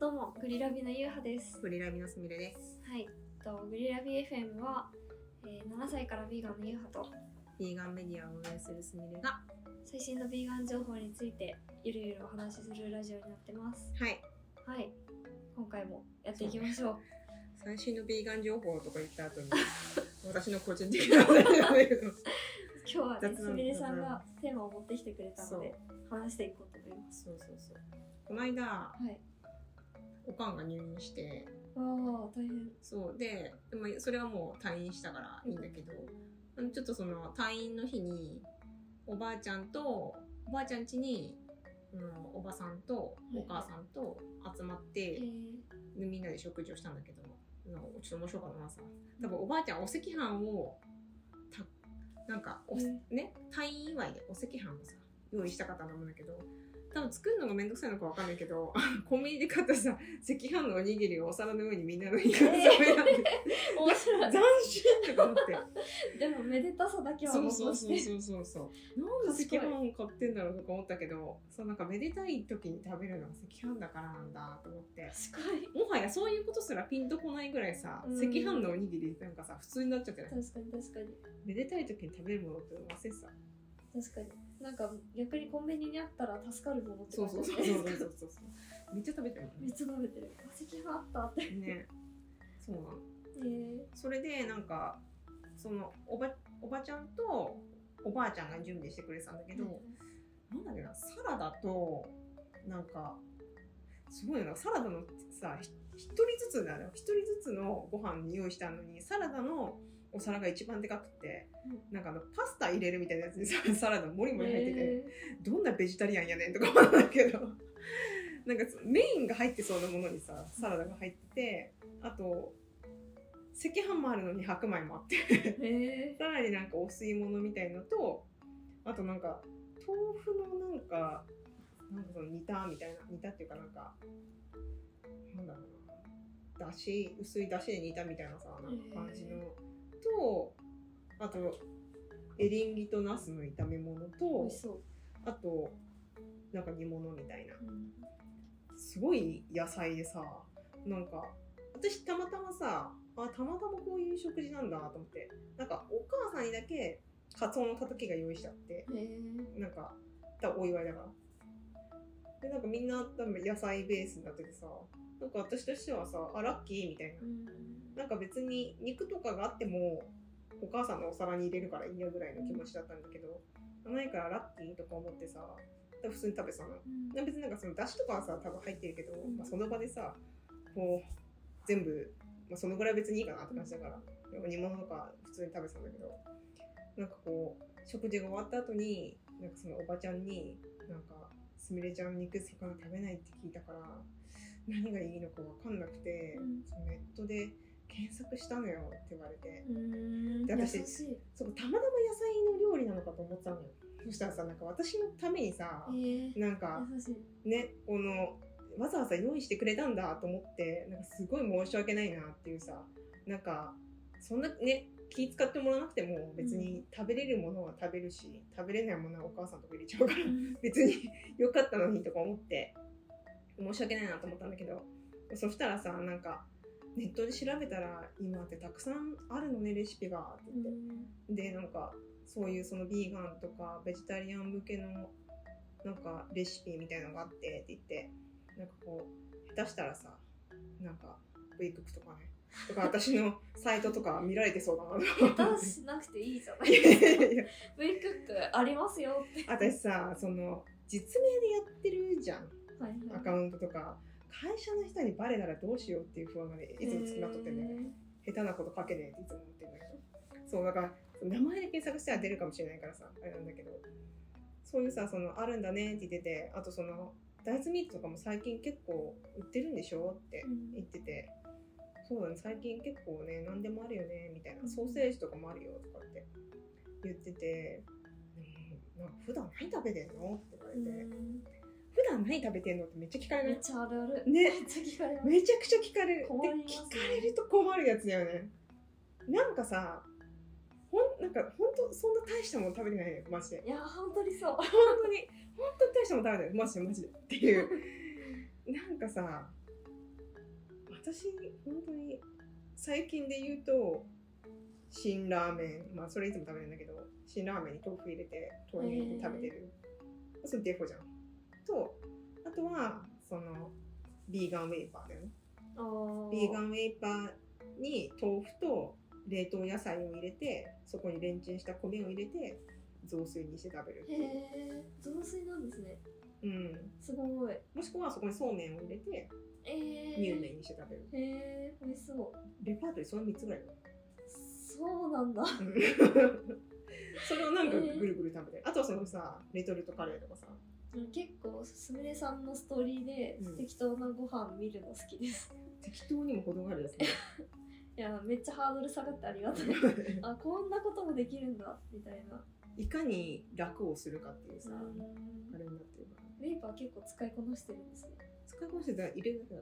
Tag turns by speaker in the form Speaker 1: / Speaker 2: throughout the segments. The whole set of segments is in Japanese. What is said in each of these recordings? Speaker 1: どうもグリラビのゆうはです。
Speaker 2: フリラビのすみれです。
Speaker 1: はい、えっとグリラビ FM は、えー、7歳からビーガンのゆうはと
Speaker 2: ヴィーガンメディアを運営するすみれが、
Speaker 1: 最新のビーガン情報についてゆるゆるお話しするラジオになってます。
Speaker 2: はい、
Speaker 1: はい、今回もやっていきましょう。
Speaker 2: 最新のヴィーガン情報とか言った 後に、私の個人的な話なんだけど
Speaker 1: 今日はね
Speaker 2: 雑
Speaker 1: す
Speaker 2: 談
Speaker 1: みれさんがテーマを持ってきてくれたので話していこうと思います。
Speaker 2: そうそうそう。この間、
Speaker 1: はい。
Speaker 2: おかんが入院して、
Speaker 1: ああ大変。
Speaker 2: そうで、でもそれはもう退院したからいいんだけど、あのちょっとその退院の日に、おばあちゃんと、おばあちゃん家に、うん、おばさんとお母さんと集まって、
Speaker 1: えー、
Speaker 2: でみんなで食事をしたんだけどもなんかちょっと面白かったなさ多分おばあちゃんお赤飯をたなんかお、
Speaker 1: うん
Speaker 2: ね退院祝いでお赤飯をさ用意したかったと思うんだけど多分作るのがめんどくさいのかわかんないけど コンビニで買ったさ赤飯のおにぎりをお皿の上にみんなの上に重ねて
Speaker 1: 面白
Speaker 2: 斬
Speaker 1: い。
Speaker 2: 新とか思って
Speaker 1: でもめでたさだけは
Speaker 2: そ
Speaker 1: 残
Speaker 2: うそう
Speaker 1: し
Speaker 2: そう
Speaker 1: て。
Speaker 2: そうそうそうなんで赤飯を買ってんだろうとか思ったけどそうなんかめでたい時に食べるのは赤飯だからなんだと思って
Speaker 1: 賢い。
Speaker 2: もはやそういうことすらピンとこないぐらいさ、
Speaker 1: うん
Speaker 2: 赤飯のおにぎりなんかさ普通になっちゃってない
Speaker 1: 確かに確かに。
Speaker 2: めでたい時に食べるものって忘れてた
Speaker 1: 確かになんか逆にコンビニにあったら助かるものって
Speaker 2: そう
Speaker 1: 感
Speaker 2: そう
Speaker 1: じ
Speaker 2: そう
Speaker 1: で
Speaker 2: そう
Speaker 1: す
Speaker 2: そ
Speaker 1: か
Speaker 2: うそうそうめっちゃ食べたよ
Speaker 1: めっちゃ食べてる化石があったって
Speaker 2: ねねそうなの
Speaker 1: えー、
Speaker 2: それでなんかそのおばおばちゃんとおばあちゃんが準備してくれてたんだけど、なんだっけなサラダとなんかすごいなサラダのさひ一人ずつだよ一人ずつのご飯に用意したのにサラダのお皿が一番でかくて、
Speaker 1: う
Speaker 2: なんかあのパスタ入れるみたいなやつにさサラダもりもり入ってて、
Speaker 1: え
Speaker 2: どんなベジタリアンやねんとか思うんだけどなんかメインが入ってそうなものにさサラダが入っててあと赤飯もあるのに白米もあって
Speaker 1: ー、え
Speaker 2: さらになんかお吸い物みたいのとあとなんか豆腐のなんかなんかその煮たみたいな煮たっていうかなんかなんだろうなだし薄いだしで煮たみたいなさなんか感じの、
Speaker 1: へ
Speaker 2: とあとエリンギとナスの炒め
Speaker 1: ー、
Speaker 2: 物
Speaker 1: 美
Speaker 2: と
Speaker 1: 味しそう、
Speaker 2: あとなんか煮物みたいな
Speaker 1: うん、
Speaker 2: すごい野菜でさなんか私たまたまさあたまたまこういう食事なんだと思ってなんかお母さんにだけカツオのたたきが用意しちゃって
Speaker 1: えー、
Speaker 2: なんか多分お祝いだからでなんかみんな多分野菜ベースになっててさなんか私としてはさあラッキーみたいな
Speaker 1: うん
Speaker 2: なんか別に肉とかがあってもお母さんのお皿に入れるからいいやぐらいの気持ちだったんだけど、ないからラッキーとか思ってさ普通に食べてたの
Speaker 1: うん
Speaker 2: 別になんかその出汁とかはさ多分入ってるけど、
Speaker 1: ん
Speaker 2: まあ、その場でさこう全部、まあ、そのぐらい別にいいかなって感じだから、煮物とか普通に食べてたんだけどなんかこう食事が終わった後になんかそのおばちゃんになんかすみれちゃん肉魚食べないって聞いたから何がいいのか分かんなくて、
Speaker 1: うん
Speaker 2: そのネットで検索したのよって言われて
Speaker 1: うん
Speaker 2: で
Speaker 1: 優
Speaker 2: 私
Speaker 1: しい
Speaker 2: そうたまたま野菜の料理なのかと思ってたのよそしたらさなんか私のためにさ
Speaker 1: えー
Speaker 2: なんか
Speaker 1: 優しい
Speaker 2: ね、このわざわざ用意してくれたんだと思ってなんかすごい申し訳ないなっていうさなんかそんなね気使ってもらわなくても別に食べれるものは食べるし食べれないものはお母さんとか入れちゃうから
Speaker 1: うん
Speaker 2: 別に良かったのにとか思って申し訳ないなと思ったんだけどそしたらさなんかネットで調べたら今ってたくさんあるのねレシピがって言ってでなんかそういうそのビーガンとかベジタリアン向けのなんかレシピみたいのがあってって言ってなんかこう下手したらさなんかウェイクックとかねとか私の サイトとか見られてそうだ な
Speaker 1: 下手しなくていいじゃない
Speaker 2: いやいやいや
Speaker 1: ウェイクックありますよって
Speaker 2: 私さその実名でやってるじゃん
Speaker 1: はい
Speaker 2: アカウントとか会社の人にバレたらどうしようっていう不安がねいつもつなっとってんだよね下手なこと書けねえっていつも思ってるんだけどそうだから名前で検索したら出るかもしれないからさあれなんだけどそういうさそのあるんだねって言っててあとその大豆ミートとかも最近結構売ってるんでしょって
Speaker 1: うん
Speaker 2: 言ってて、そうだね最近結構ね何でもあるよねみたいな、
Speaker 1: うん
Speaker 2: ソーセージとかもあるよとかって言ってて、うん、なんか普段何食べてんのって言われ
Speaker 1: う
Speaker 2: て、
Speaker 1: ん
Speaker 2: 普段何食べてんのってめっちゃ聞かれな
Speaker 1: め
Speaker 2: い
Speaker 1: っちゃあるある
Speaker 2: ね
Speaker 1: めっちゃ聞かれます
Speaker 2: めちゃくちゃ聞かれる。で
Speaker 1: 困りますね
Speaker 2: 聞かれると困るやつだよね。なんかさ、ほん、なんか本当そんな大したもの食べてないよ、マジで。
Speaker 1: いや本当にそう
Speaker 2: 本当に、本当に大したもの食べてない、マジでマジで。っていう。なんかさ私本当に最近で言うと辛ラーメンまあそれいつも食べるんだけど辛ラーメンに豆腐入れて豆乳入れて食べてる、それデフォじゃんとあとはそのビーガンウェイパーだよねビーガ
Speaker 1: ン
Speaker 2: ンウェイパーに豆腐と冷凍野菜を入れてそこにレンチンした米を入れて雑炊にして食べるって
Speaker 1: へ
Speaker 2: いう、
Speaker 1: え雑炊なんですね
Speaker 2: うん、
Speaker 1: すごい
Speaker 2: もしくはそこにそうめんを入れて
Speaker 1: えー、
Speaker 2: 乳麺にして食べる、
Speaker 1: へえ美味しそう
Speaker 2: レパートリーその3つぐらいだよ
Speaker 1: そうなんだ
Speaker 2: うん それをなんかぐるぐる食べて、あとはそのさレトルトカレーとかさ
Speaker 1: 結構すみれさんのストーリーで
Speaker 2: うん
Speaker 1: 適当なご飯見るの好きです、
Speaker 2: 適当にも程があるですね
Speaker 1: いやめっちゃハードル下がってありがとうあこんなこともできるんだみたいない
Speaker 2: かに楽をするかっていうさ、
Speaker 1: うん
Speaker 2: あれになってるから
Speaker 1: ウェイパー結構使いこなしてるんですね
Speaker 2: 使いこなしてたら入れるだけだ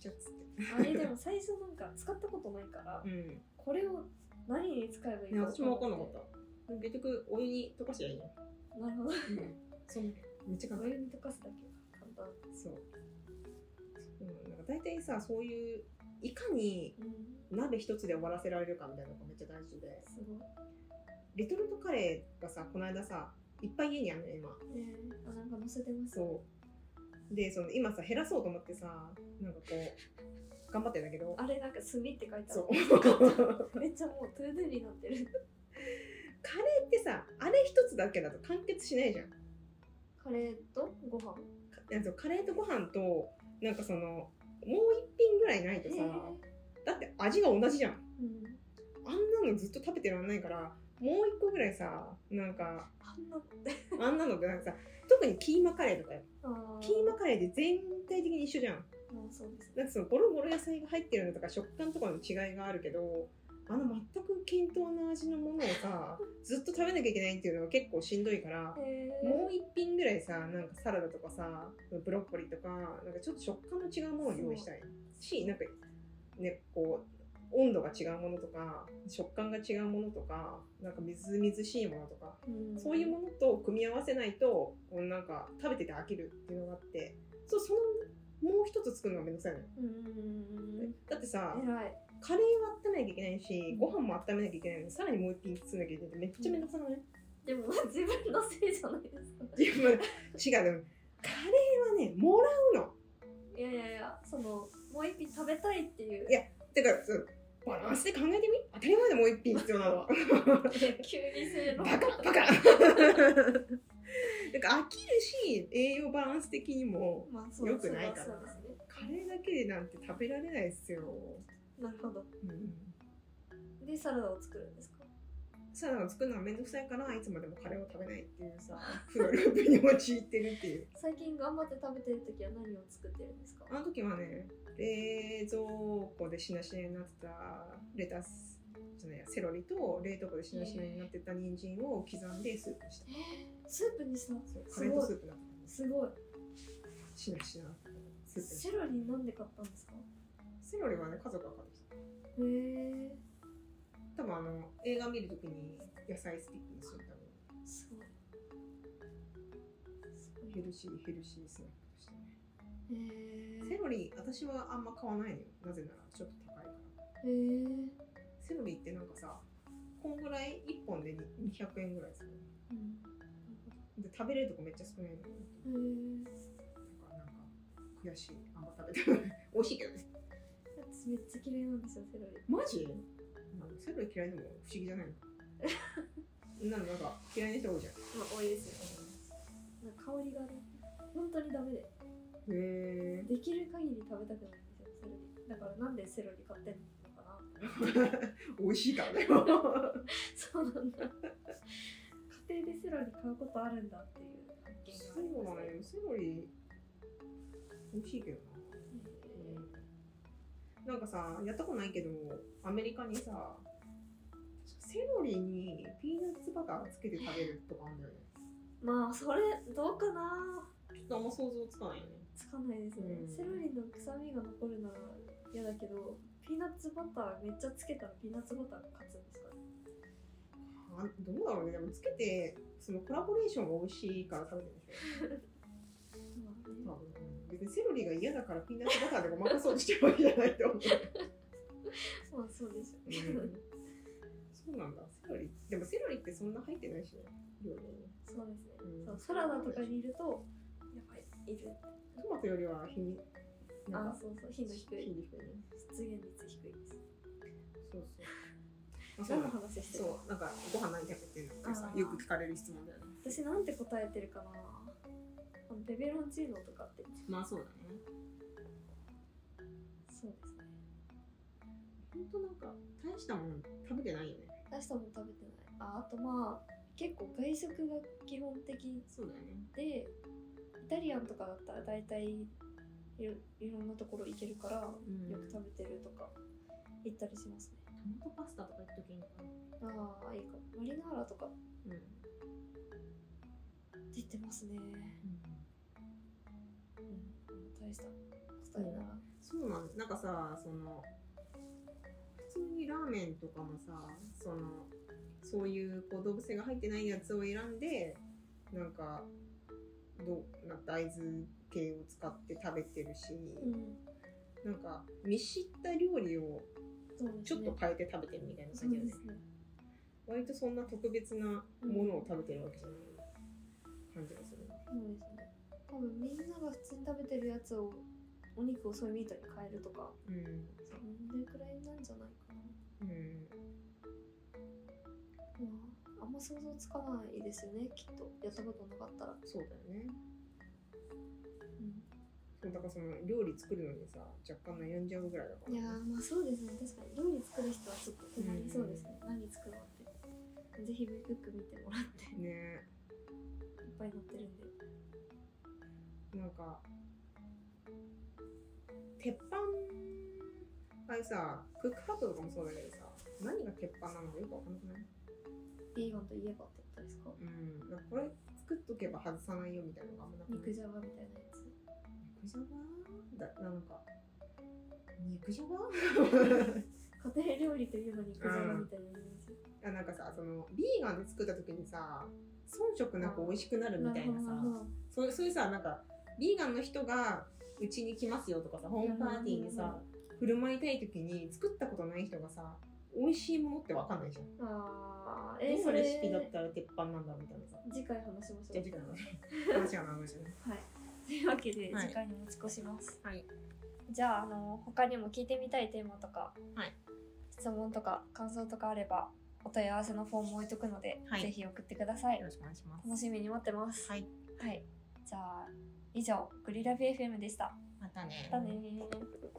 Speaker 2: じゃっつって
Speaker 1: あれでも最初なんか使ったことないから
Speaker 2: うん
Speaker 1: これを何に使えばいい
Speaker 2: ね、
Speaker 1: か
Speaker 2: 私も分かんなか
Speaker 1: っ
Speaker 2: った。結局、お湯に溶かしゃいいの。
Speaker 1: たなるほど
Speaker 2: そんな、めっちゃ
Speaker 1: お
Speaker 2: 簡単。
Speaker 1: 湯に溶かすだけ簡単
Speaker 2: そう。うん、なんか大体さ、そういう、いかに
Speaker 1: うん
Speaker 2: 鍋一つで終わらせられるかみたいなのがめっちゃ大事で。
Speaker 1: すごい
Speaker 2: レトルトカレーがさ、この間さ、いっぱい家にあるのよ、今。
Speaker 1: ねえあなんか載せてます
Speaker 2: そう。で、その、今さ、減らそうと思ってさ、なんかこう、頑張ってんだけど。
Speaker 1: あれなんか炭って書いてあ
Speaker 2: そう。
Speaker 1: るめっちゃもうトゥードゥーになってる
Speaker 2: カレーってさ、あれ一つだけだと完結しないじゃん。
Speaker 1: カレーとご飯
Speaker 2: なんかカレーとご飯となんかそのもう一品ぐらいないとさ、
Speaker 1: へえ
Speaker 2: だって味が同じじゃん
Speaker 1: うん
Speaker 2: あんなのずっと食べてらんないからもう一個ぐらいさなんか
Speaker 1: あんな
Speaker 2: あんなのってなんかさ特にキーマカレーとかよ
Speaker 1: あ
Speaker 2: キーマカレーで全体的に一緒じゃん
Speaker 1: もうそうです
Speaker 2: なんかそのゴロゴロ野菜が入ってるのとか食感とかの違いがあるけどあの全く均等な味のものをさずっと食べなきゃいけないっていうのは結構しんどいから
Speaker 1: へえ
Speaker 2: もう一品ぐらいさなんかサラダとかさブロッコリーとかなんかちょっと食感の違うものを用意したいしなんかねこう温度が違うものとか食感が違うものとかなんかみずみずしいものとか、
Speaker 1: うん
Speaker 2: そういうものと組み合わせないとこうなんか食べてて飽きるっていうのがあってそうそのもう一つ作るのがめんどくさいのよ、
Speaker 1: うん
Speaker 2: だってさ
Speaker 1: 偉い
Speaker 2: カレーは温めなきゃいけないしご飯も温めなきゃいけないのにさらにもう一品作んなきゃいけないってめっちゃめんどくさくない
Speaker 1: でも自分のせいじゃないですか
Speaker 2: 自分違うでもカレーはねもらうの
Speaker 1: いやいやいやそのもう一品食べたいっていう
Speaker 2: いやてかそうバランスで考えてみ当たり前でもう一品必要なのは
Speaker 1: 急に性の
Speaker 2: バカバカ なんか飽きるし栄養バランス的にも
Speaker 1: まあそう
Speaker 2: 良くないから
Speaker 1: そうですね
Speaker 2: カレーだけでなんて食べられないですよ、
Speaker 1: なるほど
Speaker 2: うん、
Speaker 1: でサラダを作るんですか
Speaker 2: サラダを作るのがめんどくさいからいつまでもカレーを食べないっていうさ負のループに陥ってるっていう
Speaker 1: 最近頑張って食べてる時は何を作ってるんですか
Speaker 2: あの時はね冷蔵庫でしなしなになってたレタスじゃないやセロリと冷凍庫でしなしなになってた人参を刻んでスープにした
Speaker 1: えースープにしたの
Speaker 2: そうカ
Speaker 1: す
Speaker 2: レーと
Speaker 1: ご
Speaker 2: ス
Speaker 1: い
Speaker 2: ープだったんです
Speaker 1: すごい
Speaker 2: しなしなスープにし
Speaker 1: セ
Speaker 2: た
Speaker 1: ロリなんで買ったんですか
Speaker 2: セロリはね家族が買ってきた
Speaker 1: へえ
Speaker 2: 多分あの映画見るときに野菜スティックにするために
Speaker 1: すごいすごい
Speaker 2: ヘルシーヘルシースナックとして
Speaker 1: へ
Speaker 2: ねセ
Speaker 1: え
Speaker 2: ロリ私はあんま買わないのよなぜならちょっと高いか
Speaker 1: へ
Speaker 2: ら
Speaker 1: え
Speaker 2: セロリってなんかさこんぐらい1本で200円ぐらいする
Speaker 1: うん
Speaker 2: で食べれるとこめっちゃ少ないのよ
Speaker 1: へー
Speaker 2: なんかなんか悔しいあんま食べてない美味しいけどね
Speaker 1: 私めっちゃ嫌いなんですよセロリ
Speaker 2: マジなんかセロリ嫌いでも不思議じゃないのなんかなんか嫌いな人多いじゃん
Speaker 1: まあ多いですよねなんか香りがね本当にダメで
Speaker 2: へえ
Speaker 1: できる限り食べたくないんですよセロリだからなんでセロリ買ってんのかな
Speaker 2: 美味しいからね
Speaker 1: そうなんだ家庭でセロリ買うことあるんだっていう発見があり
Speaker 2: そ
Speaker 1: ますね
Speaker 2: うなのよセロリ美味しいけどな、なんかさやったことないけどアメリカにさセロリにピーナッツバターつけて食べるとかあるんだよね
Speaker 1: まあそれどうかな
Speaker 2: ちょっとあんま想像つかないよね
Speaker 1: つかないですね、
Speaker 2: うん
Speaker 1: セロリの臭みが残るのは嫌だけどピーナッツバターめっちゃつけたらピーナッツバターが勝つんですかね
Speaker 2: あどうだろうねでもつけてそのコラボレーションが美味しいから食べてるんでしょ
Speaker 1: まあね
Speaker 2: ままあ、別にセロリが嫌だからピーナッツバターでごまかそうとしてもいいじゃないと思う。
Speaker 1: まあそうですよ
Speaker 2: うんそうなんだ、セロリ。でもセロリってそんな入ってないしね、料理に。
Speaker 1: そうですね、
Speaker 2: うん
Speaker 1: そうサラダとかにいるとやばいいる
Speaker 2: トマトよりは日に、なん
Speaker 1: あ
Speaker 2: か、
Speaker 1: そうそう頻度低い
Speaker 2: 頻度低いね。
Speaker 1: 出現率低いです
Speaker 2: そうそう。あそう
Speaker 1: 何の
Speaker 2: なんだ
Speaker 1: 話してる
Speaker 2: そう、なんか、ご飯何食べてんのとかさ
Speaker 1: あ、ー
Speaker 2: よく聞かれる質問だよね。
Speaker 1: 私なんて答えてるかなあのペペロンチーノとかって言っちゃう
Speaker 2: まあそうだね。
Speaker 1: そうですね
Speaker 2: ほんとなんか、大したもん食べてないよね。
Speaker 1: 大したもん食べてないああとまあ結構外食が基本的
Speaker 2: そうだよね。
Speaker 1: でイタリアンとかだったら大体いろいろんなところ行けるからよ
Speaker 2: うん
Speaker 1: く食べてるとか行ったりしますね、
Speaker 2: トマトパスタとか言っときいいのかな。
Speaker 1: ああいいかもマリナーラとかって
Speaker 2: うん。
Speaker 1: 言ってますねうん大した答えだな、
Speaker 2: そうなんなんかさその普通にラーメンとかもさそのそういうこう動物性が入ってないやつを選んでなんかどうな大豆系を使って食べてるし、
Speaker 1: うん
Speaker 2: なんか見知った料理を
Speaker 1: そうで
Speaker 2: ち
Speaker 1: す
Speaker 2: ょっ
Speaker 1: ね
Speaker 2: と変えて食べてるみたいな
Speaker 1: そ
Speaker 2: 感
Speaker 1: うで
Speaker 2: じだよね
Speaker 1: すね
Speaker 2: 割とそんな特別なものを食べてるわけじゃない感じがする
Speaker 1: そうですね多分みんなが普通に食べてるやつをお肉をソイミートに変えるとか
Speaker 2: うん
Speaker 1: そんなくらいなんじゃないかな
Speaker 2: うん
Speaker 1: まああんま想像つかないですよねきっとやったことなかったら、
Speaker 2: そうだよねそうだからその料理作るのにさ若干悩んじゃうぐらいだから
Speaker 1: い
Speaker 2: ね、
Speaker 1: やーまあそうですね確かに料理作る人はちょっと困りそうですね、何作ろうってぜひ v クック見てもらっていっ
Speaker 2: ね
Speaker 1: ぱい載ってるんで
Speaker 2: なんか鉄板あれさクックパッドとかもそうだけどさ何が鉄板なのかよくわかんなくない
Speaker 1: ビーガンといえばってことですか
Speaker 2: うんなんかこれ作っとけば外さないよみたいなのがあんまなくない
Speaker 1: 肉じゃがみたいなやつ
Speaker 2: 肉じゃがだなんか肉じゃが
Speaker 1: 家庭料理といえば肉じゃがみたいなイメージ
Speaker 2: あなんかさそのビーガンで作った時にさ遜色なく美味しくなるみたいなさ
Speaker 1: るほどるほど
Speaker 2: そうそういうさなんかビーガンの人がうちに来ますよとかさホームパーティーに
Speaker 1: うんうん
Speaker 2: さ振る舞いたい時に作ったことない人がさ美味しいものって分かんないじゃん。
Speaker 1: あー
Speaker 2: え
Speaker 1: え
Speaker 2: そ
Speaker 1: そ
Speaker 2: のレ
Speaker 1: れ
Speaker 2: シピだったら鉄板なんだみたいなさ。
Speaker 1: 次回話しましょう
Speaker 2: じゃあ次回の 話話は長いじゃない。
Speaker 1: はいというわけで
Speaker 2: はい
Speaker 1: 次回に持ち越します、
Speaker 2: はい。
Speaker 1: じゃああの他にも聞いてみたいテーマとか、
Speaker 2: はい
Speaker 1: 質問とか感想とかあればお問い合わせのフォーム置いとくので、
Speaker 2: はい
Speaker 1: ぜひ送ってください
Speaker 2: よろしくお願いします。
Speaker 1: 楽しみに待ってます
Speaker 2: はい。
Speaker 1: はい、じゃあ以上グリラビ FM でした
Speaker 2: またね
Speaker 1: またねー